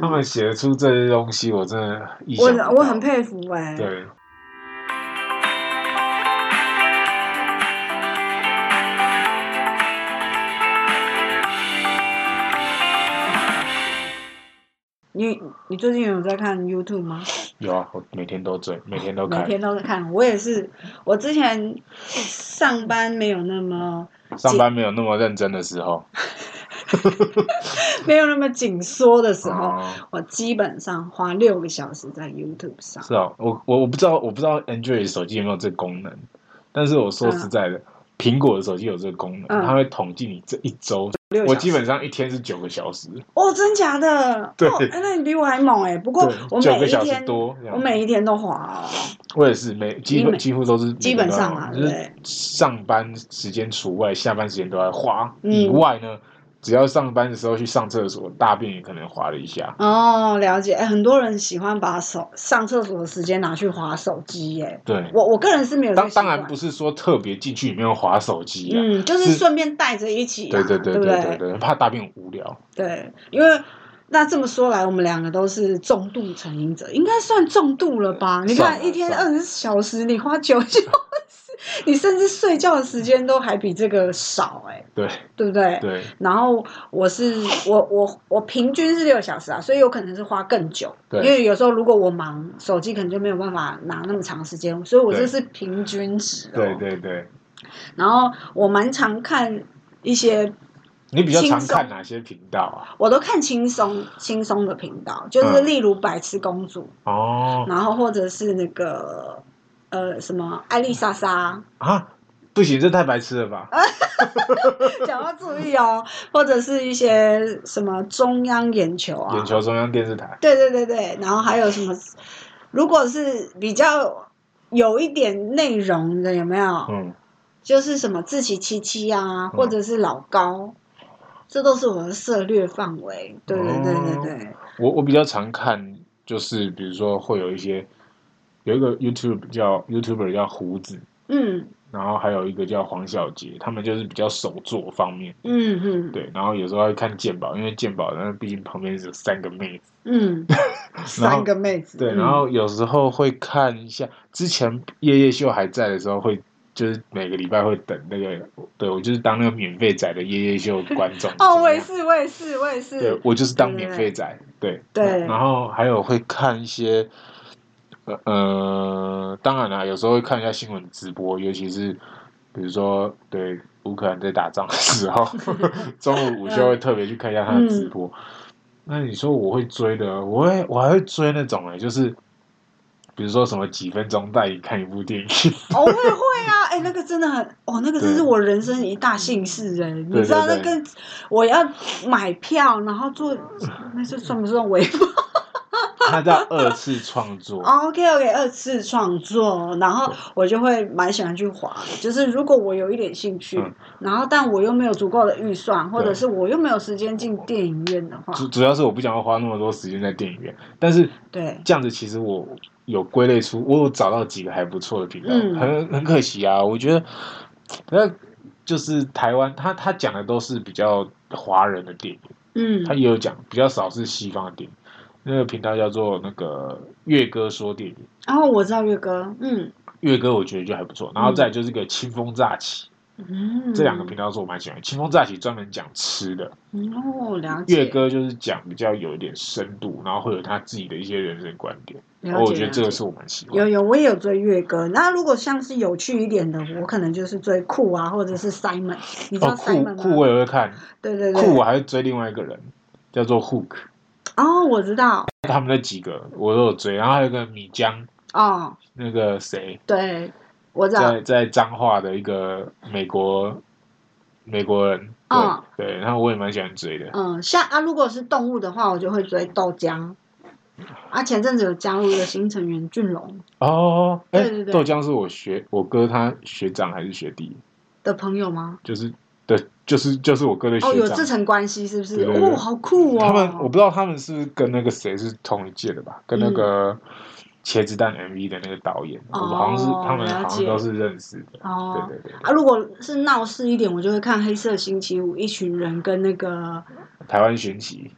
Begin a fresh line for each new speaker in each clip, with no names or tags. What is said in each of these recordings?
他们写得出这些东西，我真的意
嗯我
想不到
我很佩服哎、
对。
你你最近有在看 YouTube 吗？
有啊，我每天都追，每天都
每
看。
天都看，我也是。我之前上班没有那么
上班没有那么认真的时候，
没有那么紧缩的时候，
哦
我基本上花六个小时在 YouTube 上。
是哦，我我我不知道，我不知道 Android 手机有没有这个功能，但是我说实在的，苹果的手机有这个功能，
嗯
它会统计你这一周。
六
我
小时
基本上一天是九个小时，
哦，真假的？
对
哦，哎那你比我还猛哎、不过
对，
我
九
每
个
一
小时
天，
多。这样
我每一天都滑哦。
我也是每基
你
本
每
几乎都是每
基本
天都要
上啊
就是
对
上班时间除外，下班时间都在花。
嗯
以外呢，只要上班的时候去上厕所，大便也可能滑了一下。
哦，了解。哎，很多人喜欢把手上厕所的时间拿去划手机耶、
对，
我我个人是没有这
当
个习
当
惯。
然不是说特别进去里面滑手机啊，
嗯，就是
是
顺便带着一起、啊，
对对对
不
对对对，怕大便无聊。
对，因为那这么说来，我们两个都是重度成瘾者，应该算重度了吧？你
呃算了
看一天
算
二十小时，你花九小时， 你甚至睡觉的时间都还比这个少、哎，
对
对不对？
对，
然后我是我我我平均是六小时啊，所以有可能是花更久，
对
因为有时候如果我忙，手机可能就没有办法拿那么长时间，所以我这
对
是平均值、哦。
对。对对，
然后我蛮常看一些
你比较
轻
常
松
看哪些频道啊？
我都看轻松轻松的频道，就是
嗯
例如《白痴公主》
哦
然后或者是那个呃什么艾丽莎莎，
啊，不行，这太白痴了
啊
吧？
讲要注意哦，或者是一些什么中央眼球啊，
眼球中央电视台，
对对对对，然后还有什么，如果是比较有一点内容的，有没有？
嗯，
就是什么自欺欺欺啊，或者是老高，这都是我的涉略范围。对对对
哦
对对，
我我比较常看就是比如说会有一些有一个 YouTube 叫 YouTuber 叫胡子，
嗯
然后还有一个叫黄小杰，他们就是比较手作方面。
嗯嗯，
对，然后有时候会看鉴宝，因为鉴宝，那毕竟旁边有三个妹子。
嗯，三个妹子。
对，
嗯。
然后有时候会看一下，之前夜夜秀还在的时候会，就是每个礼拜会等那个，对我就是当那个免费仔的夜夜秀观众
哦，我也
怎么样。
是，我也是，我也是
对，。我就是当
对对
免费仔，对
对
然后还有会看一些，呃呃，当然啦，有时候会看一下新闻直播，尤其是比如说对乌克兰在打仗的时候， 中午午休会特别去看一下他
嗯
的直播。那你说我会追的，我会我还会追那种哎、就是比如说什么几分钟带你看一部电影，
哦，我也会啊，哎、那个真的很，哦，那个真是
对
我人生一大幸事哎、你
对
知道那
对
个我要买票，然后做，那是算不算违法
他叫二次创作。
？OK OK，二哦次创作，然后我就会蛮喜欢去滑的，就是如果我有一点兴趣，
嗯
然后但我又没有足够的预算，或者
对
是我又没有时间进电影院的话，
主主要是我不想要花那么多时间在电影院，但是
对，
这样子其实我有归类出，我有找到几个还不错的频道，
嗯
很很可惜啊，我觉得，那就是台湾，他他讲的都是比较华人的电影，
嗯
他也有讲比较少是西方的电影。那个频道叫做那个月哥说电影，
然后我知道月哥，嗯
月哥我觉得就还不错，然后再来就是个清风乍起，
嗯，
这两个频道是我蛮喜欢的。清风乍起专门讲吃的，
哦，了解，
月哥就是讲比较有一点深度，然后会有他自己的一些人生观点。
了解，
哦我觉得这
了
个
解
是我蛮喜欢的。
有有，我也有追月歌。那如果像是有趣一点的，我可能就是追酷啊，或者是 Simon。你知
哦，
道
酷
Simon
酷
吗？
我也会看，
对对对。
酷啊我还会追另外一个人，叫做 Hook，
哦，我知道。
他们那几个我都有追，然后还有一个米江，
哦，
那个谁
对，我知道。
在在彰化的一个美国美国人，对、
嗯
对，然后我也蛮喜欢追的，
嗯，像啊，如果是动物的话，我就会追豆浆。啊，前阵子有加入一个新成员俊龙
哦，哎、
对对对
豆浆是我学我哥他学长还是学弟，
的朋友吗？
就是对，就是就是我哥的学
哦，有
长。
这层关系是不是？
对对对
哦，好酷哦。
他们我不知道他们是不是跟那个谁是同一届的吧，跟那个茄子蛋 MV 的那个导演，我们好像是
嗯哦
他们
了
好像
解
都是认识的。对
哦。
对对，
啊，如果是闹事一点，我就会看《黑色星期五》，一群人跟那个
对台湾寻奇，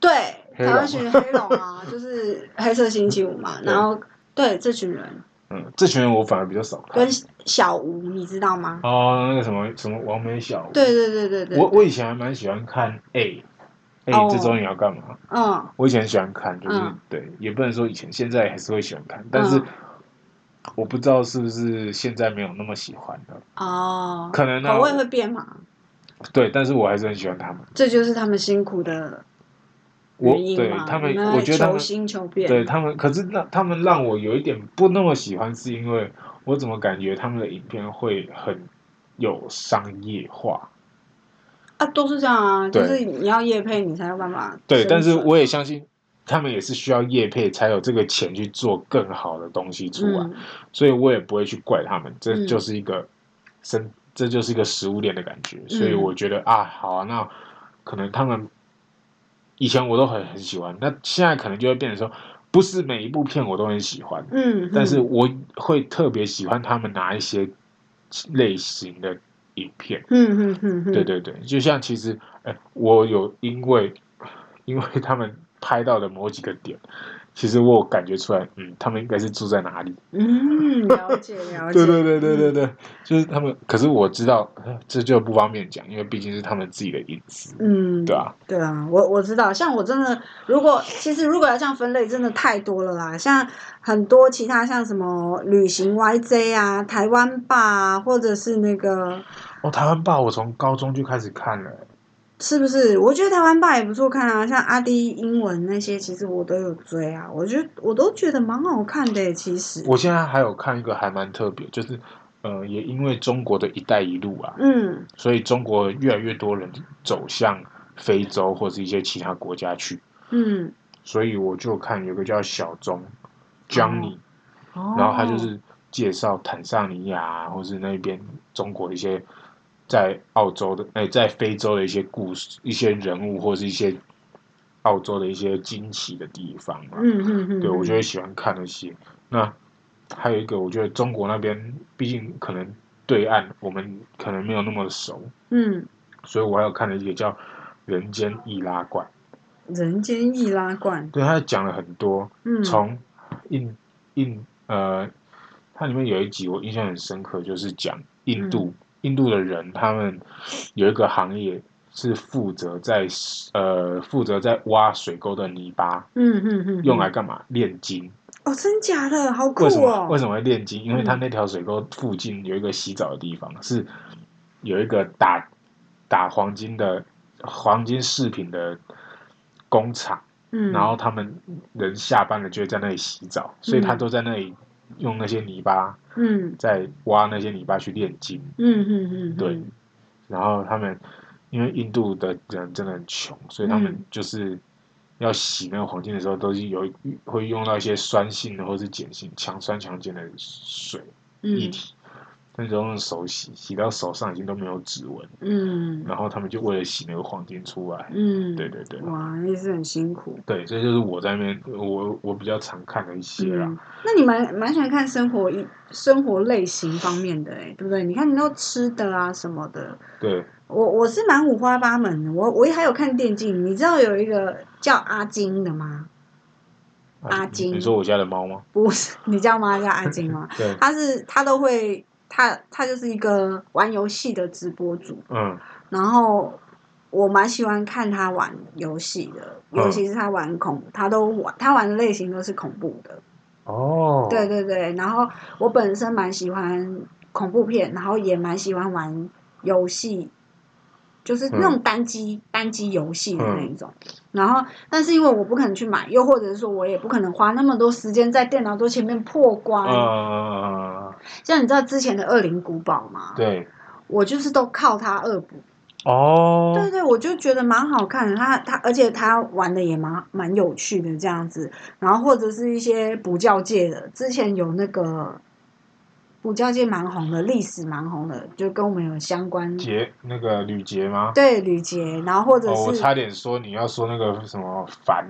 对
黑
台
龙
湾群黑龙啊，就是黑色星期五嘛，
对
然后对这群人
嗯，这群人我反而比较少看
跟。小吴，你知道吗？
哦，那个什么什么王美小，
对对对对对，
我我以前还蛮喜欢看 A。哎、
哦
这周你要干嘛？
嗯
我以前很喜欢看，就是、
嗯
对，也不能说以前，现在还是会喜欢看，但是
嗯
我不知道是不是现在没有那么喜欢了。
哦，
可能啊
口味会变嘛，
对，但是我还是很喜欢他们。
这就是他们辛苦的
我
原因
对
嘛。
他们
你要
我觉得他们
求新求变，
对他们，可是让他们让我有一点不那么喜欢，是因为我怎么感觉他们的影片会很有商业化？
啊，都是这样啊，就
对
是你要业配你才有办法。
对，但是我也相信他们也是需要业配才有这个钱去做更好的东西出来，
嗯
所以我也不会去怪他们，这
嗯
就是一个生，这就是一个食物链的感觉，所
嗯
以我觉得啊，好啊，那可能他们以前我都很很喜欢，那现在可能就会变成说，不是每一部片我都很喜欢，
嗯，
但是
嗯
我会特别喜欢他们哪一些类型的影片。
嗯嗯嗯，嗯
对，对对，就像其实，哎、我有因为因为他们拍到的某几个点，其实我有感觉出来，嗯，他们应该是住在哪里。
嗯，了解了 解，嗯
对对对对对对，就是他们。可是我知道呃这就不方便讲，因为毕竟是他们自己的隐私，
嗯，
对啊，
对啊，我我知道，像我真的，如果其实如果要这样分类，真的太多了啦。像很多其他像什么旅行 YJ 啊、台湾吧、啊，或者是那个
哦，台湾爸，我从高中就开始看了、欸
是不是？我觉得台湾吧也不错看啊，像阿迪英文那些，其实我都有追啊，我觉得我都觉得蛮好看的耶、欸其实，
我现在还有看一个还蛮特别，就是呃，也因为中国的一带一路啊，
嗯
所以中国越来越多人走向非洲或是一些其他国家去，
嗯，
所以我就看有个叫小钟 Johnny，、
哦
然后他就是介绍坦桑尼亚啊或是那边中国一些在澳洲的哎、在非洲的一些故事、一些人物或是一些澳洲的一些惊奇的地方啊。
嗯嗯嗯，
对我就
得
会喜欢看那些。那还有一个，我觉得中国那边毕竟可能对岸我们可能没有那么熟，
嗯，
所以我还有看了一个叫《人间易拉罐》，
人间易拉罐，
对他讲了很多，
嗯，
从印印呃，它里面有一集我印象很深刻，就是讲印度、
嗯
印度的人，他们有一个行业是负责在呃负责在挖水沟的泥巴，
嗯嗯嗯，
用来干嘛？炼金。
哦，真假的，好酷
为什么、
哦！
为什么会炼金？因为它
嗯
那条水沟附近有一个洗澡的地方，是有一个打打黄金的黄金饰品的工厂，
嗯，
然后他们人下班了就会在那里洗澡，所以他都在那里用那些泥巴
嗯
在挖那些泥巴去炼金。
嗯嗯嗯，
对，
嗯
然后他们因为印度的人真的很穷，所以他们
嗯
就是要洗那个黄金的时候，都是有会用到一些酸性的或是碱性强酸强碱的水
嗯
液体，但是都用手洗，洗到手上已经都没有指纹，
嗯嗯
然后他们就为了洗那个黄金出来，
嗯，
对对对
哇，那是很辛苦。
对，这就是我在那边我我比较常看的一些啦。
嗯，那你蛮蛮喜欢看生活一生活类型方面的哎、对不对？你看你都吃的啊什么的，
对，
我我是蛮五花八门的。我我还有看电竞，你知道有一个叫阿金的吗？
啊
阿
你
金
你说我家的猫吗？
不是， 你知道吗？叫阿金吗？
对，
他是他都会，他他就是一个玩游戏的直播主，
嗯
然后我蛮喜欢看他玩游戏的，
嗯
尤其是他玩恐，他都玩他玩的类型都是恐怖的，
哦，
对对对。然后我本身蛮喜欢恐怖片，然后也蛮喜欢玩游戏，就是
嗯
那种单机、单机游戏的那一种。然后，但是因为我不可能去买，又或者是说我也不可能花那么多时间在电脑桌前面破关。
嗯，嗯嗯嗯
像你知道之前的《恶灵古堡》吗？
对，
我就是都靠它恶补。
哦，
对对，我就觉得蛮好看的，他他而且他玩的也蛮蛮有趣的这样子，然后或者是一些补教界的，之前有那个补教界蛮红的，历史蛮红的，就跟我们有相关
杰那个吕杰吗？
对吕杰，然后或者
哦，我
是
差点说你要说那个什么樊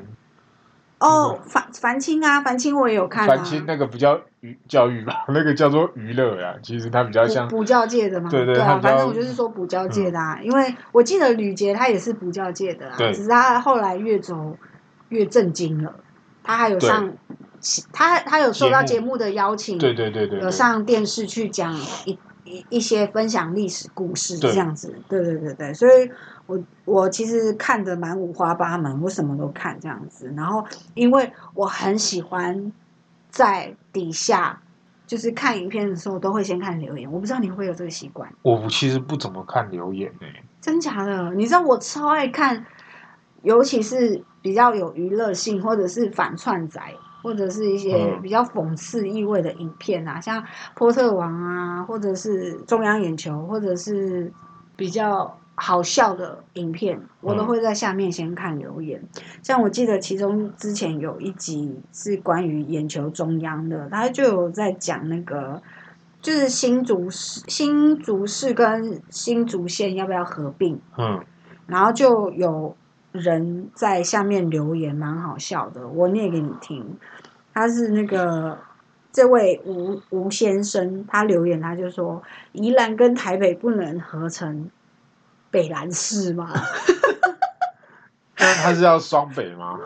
哦樊樊青啊，樊青我也有看
嗯
啊
樊，青那个不叫娱教育吧，那个叫做娱乐呀。其实它比较像
补补教界的嘛，
对对他
啊，
比较嗯
反正我就是说补教界的啊，因为我记得吕杰他也是补教界的啊，
对
只是他后来越走越震惊了。他还有
对
上，他他有受到
节
节目的邀请，
对对对对
有
对，
上电视去讲一一一些分享历史故事
对
这样子，对对对对，所以我我其实看的蛮五花八门，我什么都看这样子。然后因为我很喜欢在底下就是看影片的时候都会先看留言，我不知道你会不会有这个习惯，
我其实不怎么看留言诶、
真假的？你知道我超爱看，尤其是比较有娱乐性或者是反串仔。或者是一些
嗯
比较讽刺意味的影片啊，像《波特王》啊，或者是《中央眼球》，或者是比较好笑的影片，我都会在下面先看留言。像我记得其中之前有一集是关于眼球中央的，他就有在讲那个。就是新竹市、新竹市跟新竹县要不要合并？
嗯
然后就有人在下面留言，蛮好笑的，我念给你听。他是那个这位吴吴先生，他留言他就说：“宜兰跟台北不能合成北兰 市吗？”
但他是要双北吗？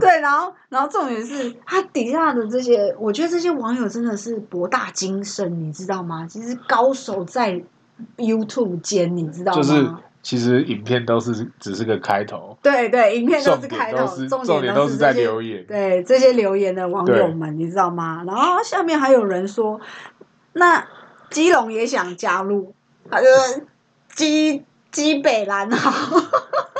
对，然后然后重点是他底下的这些，我觉得这些网友真的是博大精深，你知道吗？其实高手在 YouTube 间，你知道吗？
就是其实影片都是只是个开头，
对对，影片都
重
是
点
开
都
头，
是
重
点
点
都
是
在
这些
留言。
对这些留言的网
对
友们，你知道吗？然后下面还有人说，那基隆也想加入，他就说基基北兰好，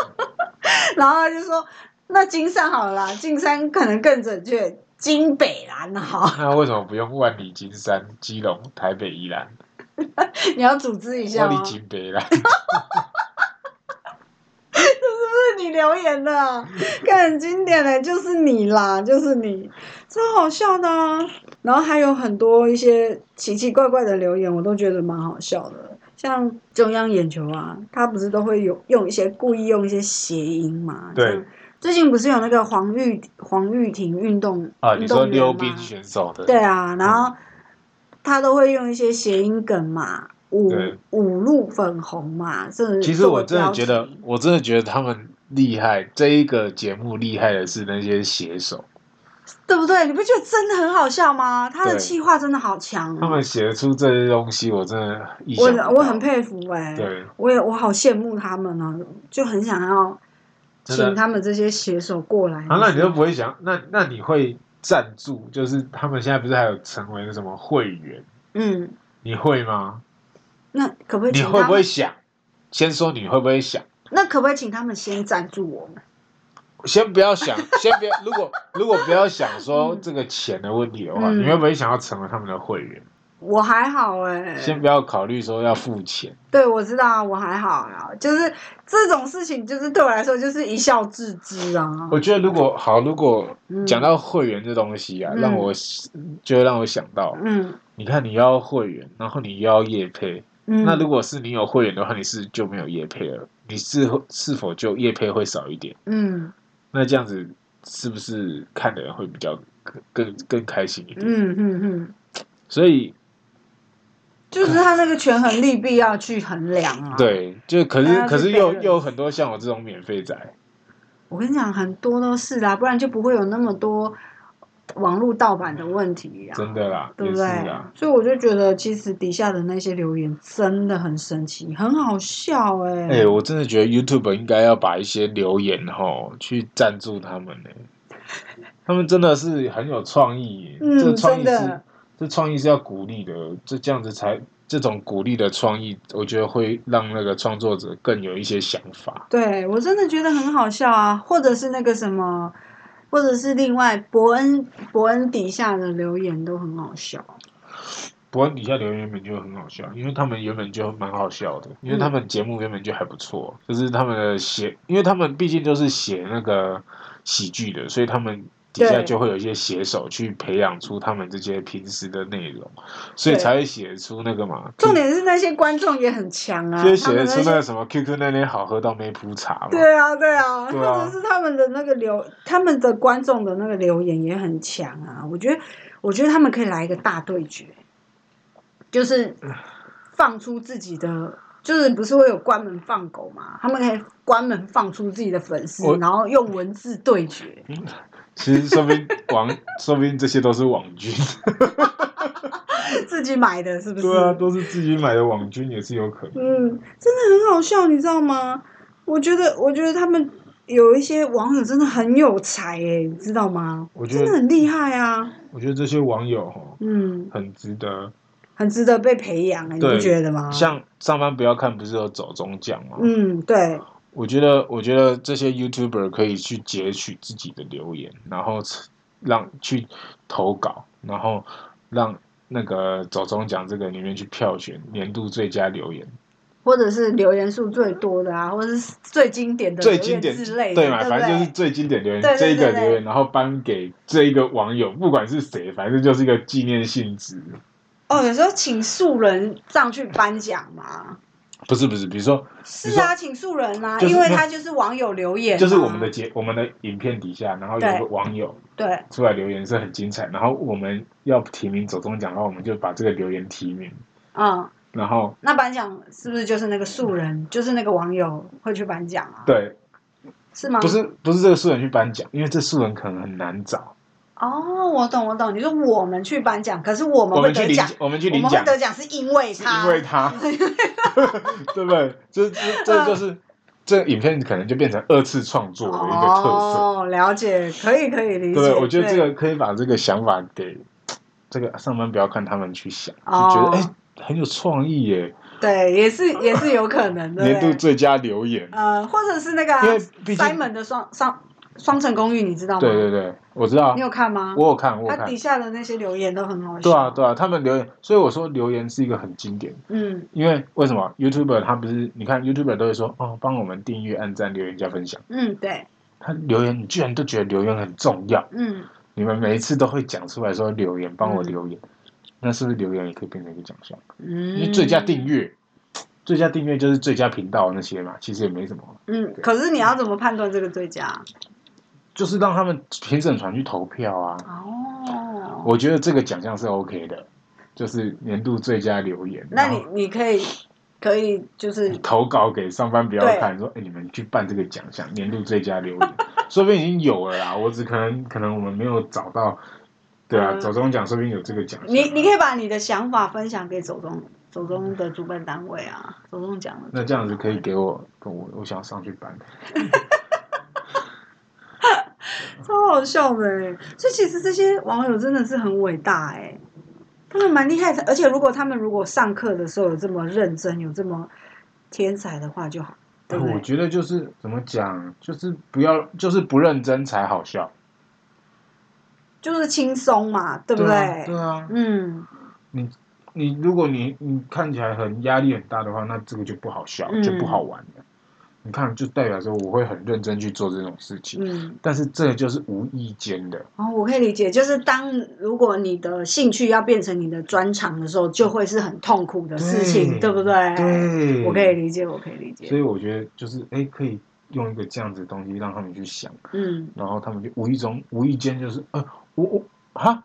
然后他就说那金山好了啦，金山可能更准确，金北兰好，
那为什么不用万里金山、基隆、台北、宜兰、
你要组织一下
万
吗？
里金北啦？
是你留言的啊， 看很经典的、就是你啦，就是你，超好笑的啊。然后还有很多一些奇奇怪怪的留言，我都觉得蛮好笑的。像中央眼球啊，他不是都会有用一些故意用一些谐音嘛？
对
像。最近不是有那个黄玉黄玉婷运动
啊，你
运
说
动员
溜
吗？
冰选手嗯的，
对啊，然后他都会用一些谐音梗嘛，五
对
五路粉红嘛，这
其实我真的觉得，我真的觉得他们厉害。这一个节目厉害的是那些写手，
对不对？你不觉得真的很好笑吗？他的
对
气化真的好强
他
哦、
们写出这些东西，我真的意想不到
我我很佩服哎、
对，
我也我好羡慕他们哦、就很想要
真的
请他们这些写手过来。
啊，那你就不会想，那那你会赞助？就是他们现在不是还有成为什么会员？
嗯，
你会吗？
那可不可以
你
请
会
他
不会
们？
想？先说你会不会想？
那可不可以请他们先赞助我们？
先不要想，先不要。如果如果不要想说
嗯
这个钱的问题的话，
嗯
你会不会想要成为他们的会员？
我还好哎、
先不要考虑说要付钱。
对，我知道啊，我还好啊，就是这种事情，就是对我来说就是一笑置之啊。
我觉得如果好，如果
嗯
讲到会员这东西啊，
嗯
让我就会让我想到，
嗯
你看你要会员，然后你要业配，
嗯，
那如果是你有会员的话，你是就没有业配了，你是是否就业配会少一点？
嗯
那这样子是不是看的人会比较更更更开心一点？
嗯嗯嗯，
所以
就是他那个权衡利弊要去衡量啊。，
对，就可
大家
是
啊是
可是又
被人
又有很多像我这种免费仔，
我跟你讲，很多都是啊啦，不然就不会有那么多网络盗版的问题啊，
真的啦，
对
也
不
是啊
对
啦，？
所以我就觉得，其实底下的那些留言真的很神奇，很好笑哎、
哎、我真的觉得 YouTube 应该要把一些留言吼去赞助他们呢、他们真的是很有创意耶、
嗯
这创意
真
是
的
这创意是要鼓励的，这这样子才这种鼓励的创意，我觉得会让那个创作者更有一些想法。
对我真的觉得很好笑啊，或者是那个什么，或者是另外伯恩伯恩底下的留言都很好笑。
不过底下留言原本就很好笑，因为他们原本就蛮好笑的，
嗯
因为他们节目原本就还不错，就是他们的写，因为他们毕竟都是写那个喜剧的，所以他们底下
对
就会有一些写手去培养出他们这些平时的内容，所以
对
才会写出那个嘛。
重点是那些观众也很强啊，
就是
他
写得
们那
出
些
那个什么 QQ 那天好喝到没铺茶嘛，
对啊，对啊，
对啊
或者是他们的那个留，他们的观众的那个留言也很强啊。我觉得，我觉得他们可以来一个大对决，就是放出自己的，就是不是会有关门放狗嘛？他们可以关门放出自己的粉丝
我，
然后用文字对决。
其实说不定网， 说不定这些都是网 军。
自己买的是不
嗯
是？
对啊，都是自己买的网军也是有可能。
嗯，真的很好笑，你知道吗？我觉得，我觉得他们有一些网友真的很有才哎、你知道吗？
我觉
真的
得，
很厉害啊，
我觉得这些网友吼
嗯，
很值得。
很值得被培养、欸，你不
对
觉得吗？
像上班不要看，不是有走中奖吗？
嗯，对，
我觉得，我觉得这些 YouTuber 可以去截取自己的留言，然后让去投稿，然后让那个走中奖这个里面去票选年度最佳留言，
或者是留言数最多的啊，或者是最经典的
最
留
经
言
典
之类的，
对
对
嘛？
不
反正就是
对
最经典留言
对对
这一个
对对
留言，然后颁给这一个网友，不管是谁，反正就是一个纪念性质。
哦，有时候请素人上去颁奖嘛，
不是不是，比如说，
是啊，请素人啊，
就是
因为他就是网友留言嘛，
就是我们的节我们的影片底下，然后有一个网友
对
出来留言是很精彩，然后我们要提名走中奖的话，我们就把这个留言提名，
嗯。
然后。
那颁奖是不是就是那个素人，就是那个网友会去颁奖啊？
对，
是吗？
不是不是这个素人去颁奖，因为这素人可能很难找。
哦，我懂我懂，你说我们去颁奖，可是我们
我
会
们去
得
领
奖，，
我们去
我
领
们会
奖，
得奖是因为
是
他，
因为他， 对不对？这这
嗯
这就是这影片可能就变成二次创作的一个特色，
哦，了解，可以可以理
对
解。
不对？我觉得这
对
个可以把这个想法给这个上班不要看他们去想，就
哦
觉得哎很有创意耶，
对也是也是有可能的。
年度
对
最佳留言。
呃，或者是那个啊
因为毕竟
Simon 的双双双层公寓，你知道吗？
对对对，我知道
你，有看吗？啊
我有看，我有
他
看
底。下的那些留言都很好笑。
对啊，对啊，他们留言，所以我说留言是一个很经典的
嗯
因为为什么 YouTuber 他不是你看 YouTuber 都会说哦，帮我们订阅、按赞、留言、加分享。
嗯，对，
他留言，你居然都觉得留言很重要，
嗯，
你们每一次都会讲出来说留言，帮我留言，那是不是留言也可以变成一个奖项？因为
嗯，
最佳订阅，最佳订阅就是最佳频道那些嘛，其实也没什么，
嗯，可是你要怎么判断这个最佳？
就是让他们评审团去投票啊。
哦，
我觉得这个奖项是 OK 的，就是年度最佳留言。
那
然
你
后
你可以可以就是
投稿给上班不要
对
看，说哎、你们去办这个奖项，年度最佳留言，说不定已经有了啦。我只可能可能我们没有找到，对啊，
嗯
走中奖说不定有这个奖项。啊
你你可以把你的想法分享给走中走中的主办单位啊，走中奖的。
那这样子可以给我，我我想上去办。
超好笑的欸！所以其实这些网友真的是很伟大哎、他们蛮厉害的。而且如果他们如果上课的时候有这么认真，有这么天才的话就好，对不
我
对？
觉得就是怎么讲，就是不要，就是不认真才好笑，
就是轻松嘛，对不
对
对？
啊对啊，
嗯
你如果你你看起来很压力很大的话，那这个就不好笑，
嗯
就不好玩了。你看，就代表说我会很认真去做这种事情，
嗯，
但是这就是无意间的，
哦，我可以理解，就是当如果你的兴趣要变成你的专长的时候，就会是很痛苦的事情，对
对
不对？
对，
我可以理解，我可以理
所
解。
以我觉得就是哎、诶可以用一个这样子的东西让他们去想，
嗯，
然后他们就无意中无意间就是呃，我我哈，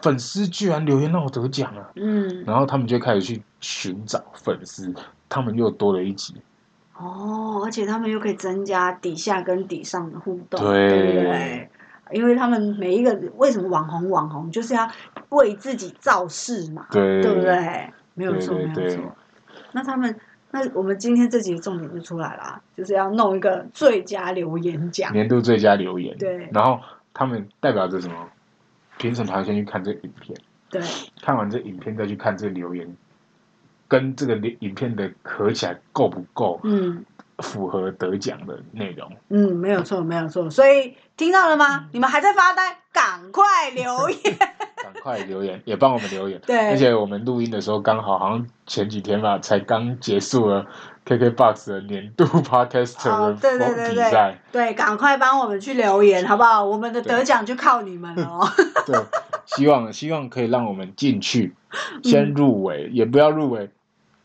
粉丝居然留言让我得奖了，
嗯，
然后他们就开始去寻找粉丝，他们又多了一集，
哦，而且他们又可以增加底下跟底上的互动，
对
不对？因为他们每一个为什么网红网红就是要为自己造势嘛，
对
不对？没有错，
对对
没有
对
错。那他们，那我们今天这集的重点就出来啦，就是要弄一个最佳留言奖。
年度最佳留言，
对
然后他们代表着什么？评审团先去看这个影片，
对，
看完这影片再去看这个留言，跟这个影片的合起来够不够
嗯。
符合得奖的内容？
嗯，没有错，没有错。所以听到了吗？你们还在发呆，赶快留言。
赶快留言，也帮我们留言。
对
而且我们录音的时候刚好好像前几天吧，才刚结束了 KKBOX 的年度 Podcaster 的
哦对对对
比赛，
对，赶快帮我们去留言，好不好？我们的得
对
奖就靠你们了哦。
对，希望希望可以让我们进去，
嗯
先入围，也不要入围，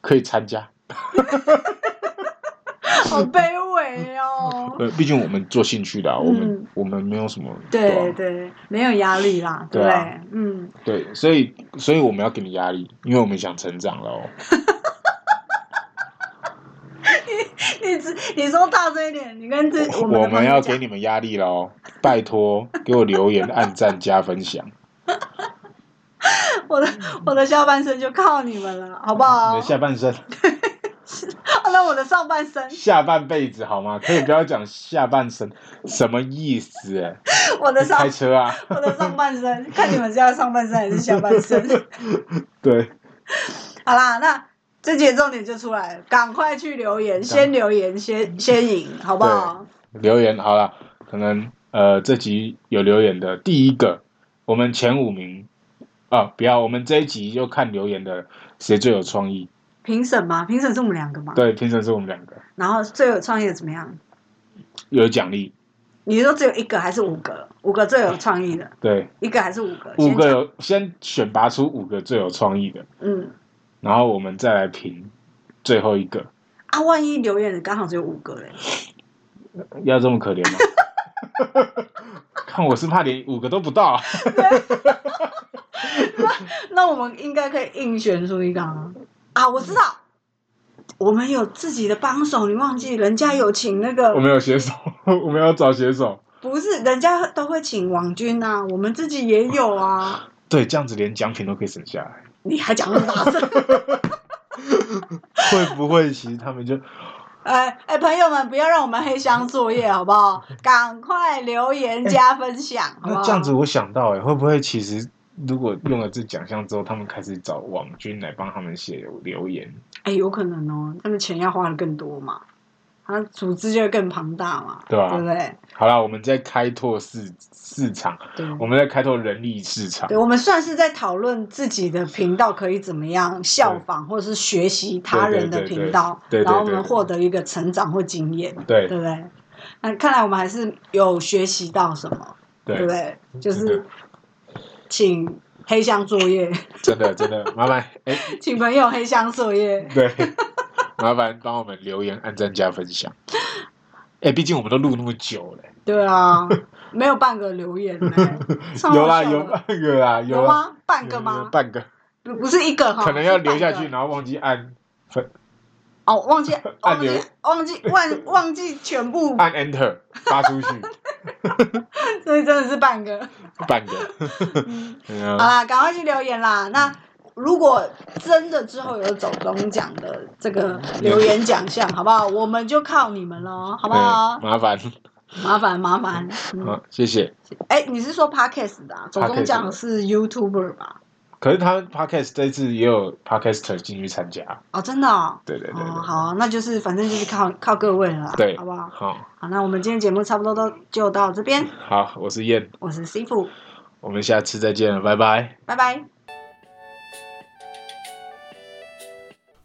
可以参加。
好卑 微哦。
呃，毕竟我们做兴趣的啊、我们我们没有什么
嗯对
啊
对，没有压力啦，对
对
不
啊
对？嗯，
对，所以所以我们要给你压力，因为我们想成长了哦。
你说大声一点，你跟这我们
我
的朋
们
友
要
讲
给你们压力喽，拜托给我留言、按赞、加分享。
我的我的下半身就靠你们了，好
嗯你
不好啊
的？下半身、
那我的上半身，
下半辈子好吗？可以不要讲下半身，什么意思、欸？
我的上
开车啊？
我的上半身，看你们是要上半身还是下半身。
对，
好啦，那这节重点就出来了，赶快去留言，先留言
嗯
先先赢，好不好？
留言好了，可能呃这集有留言的第一个，我们前五名啊，不要，我们这一集就看留言的谁最有创意。
评审嘛，评审是我们两个嘛。
对，评审是我们两个，
然后最有创意的怎么样？
有奖励。
你说只有一个还是五个？五个最有创意的，
对，
一个还是五个？
五
先
个
讲。
有先选拔出五个最有创意的，
嗯，
然后我们再来评最后一个。
啊，万一留言的刚好只有五个嘞，
要这么可怜吗？看我是怕连五个都不到、啊，
那我们应该可以硬选出一个啊！啊，我知道，我们有自己的帮手，你忘记人家有请那
我
个
们有写手，我们要找写手。
不是人家都会请网军啊，我们自己也有啊。
对，这样子连奖品都可以省下来。
你还讲那么大 声？
会不会其实他们就
哎哎，朋友们，不要让我们黑箱作业，好不好？赶快留言加 分享，好不
那
好？
啊这样子？我想到、欸，会不会其实如果用了这奖项之后，他们开始找网军来帮他们写留言？
哎，有可能哦，他们钱要花的更多嘛，他组织就会更庞大嘛，
对啊
对不对？
好啦，我们在开拓市市场，
对。
我们在开拓人力市场
对，。我们算是在讨论自己的频道可以怎么样效仿，或者是学习他人的频道，
对对对对对对
然后我们获得一个成长或经验，
对
对不对？那看来我们还是有学习到什么，对不
对，嗯
对？就
真
是
的
请黑箱作业，
真的真的，麻烦 哎、
请朋友黑箱作业。
对，麻烦帮我们留言、按赞、加分享。哎、毕竟我们都录那么久了、
对啊，没有半个留言呢、超
有
好
啦，
笑的
有半个啦，
有
啦，
吗？半
有啊
个
有
吗？
半个，
不不是一个哈，
可能要留下
哦是半
去，
个
然后忘记按
哦，忘 记
按
忘记
留
忘记忘忘记全部
按 Enter 发 出去，
所以真的是半个。
半个。 嗯
好
啊，
啦，赶快去留言啦。那如果真的之后有走中奖的这个留言奖项，好不好？我们就靠你们喽，好不好
嗯？麻烦，
麻烦麻烦。嗯
嗯，谢谢。
哎、你是说 podcast 的、啊？走中奖是 YouTuber 吧？
可是他 Podcast 这次也有 Podcaster 进去参加，
哦，真的哦。
对对对对，
哦，好啊、那就是反正就是靠靠各位了啦，
对
好不好？
好，
好，那我们今天节目差不多都就到这边，
好，我是燕，
我是 C 傅，
我们下次再见了，拜拜。
拜拜。